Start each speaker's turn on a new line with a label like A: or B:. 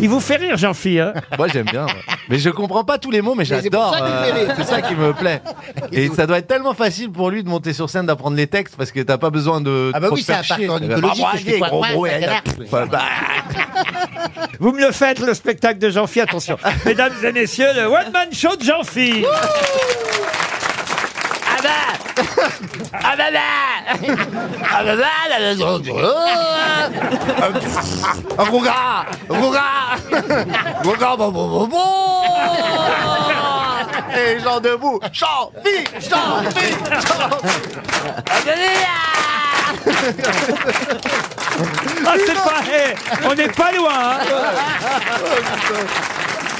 A: Il vous fait rire, hein. jean philippe
B: Moi, j'aime bien. ouais. Mais je comprends pas tous les mots, mais
C: c'est
B: j'adore.
C: pour
B: euh,
C: ça qu'il fait rire.
B: c'est ça qui me plaît. Et ça doit être tellement facile pour lui de monter sur scène, d'apprendre les textes, parce que t'as pas besoin de.
C: Ah bah
B: trop
C: oui,
B: te
C: c'est
B: faire
C: un parc
B: chier.
C: en
B: Bah,
C: écologie,
B: bah,
C: que je fais
B: gros
C: quoi,
B: brouet,
C: quoi,
B: là. Bah, bah,
A: Vous me le faites, le spectacle de jean philippe Attention. Mesdames et messieurs, le One Man Show de jean philippe
C: Ah bah Ah bah bah Ah bah bah la maison de- Oh Ah, Rouga Rouga Rouga bon bon bon bon
B: Les gens debout.
C: J'en vis J'en vis J'en vis Ah bah bah
A: Ah, c'est pas... eh, on n'est pas loin, hein.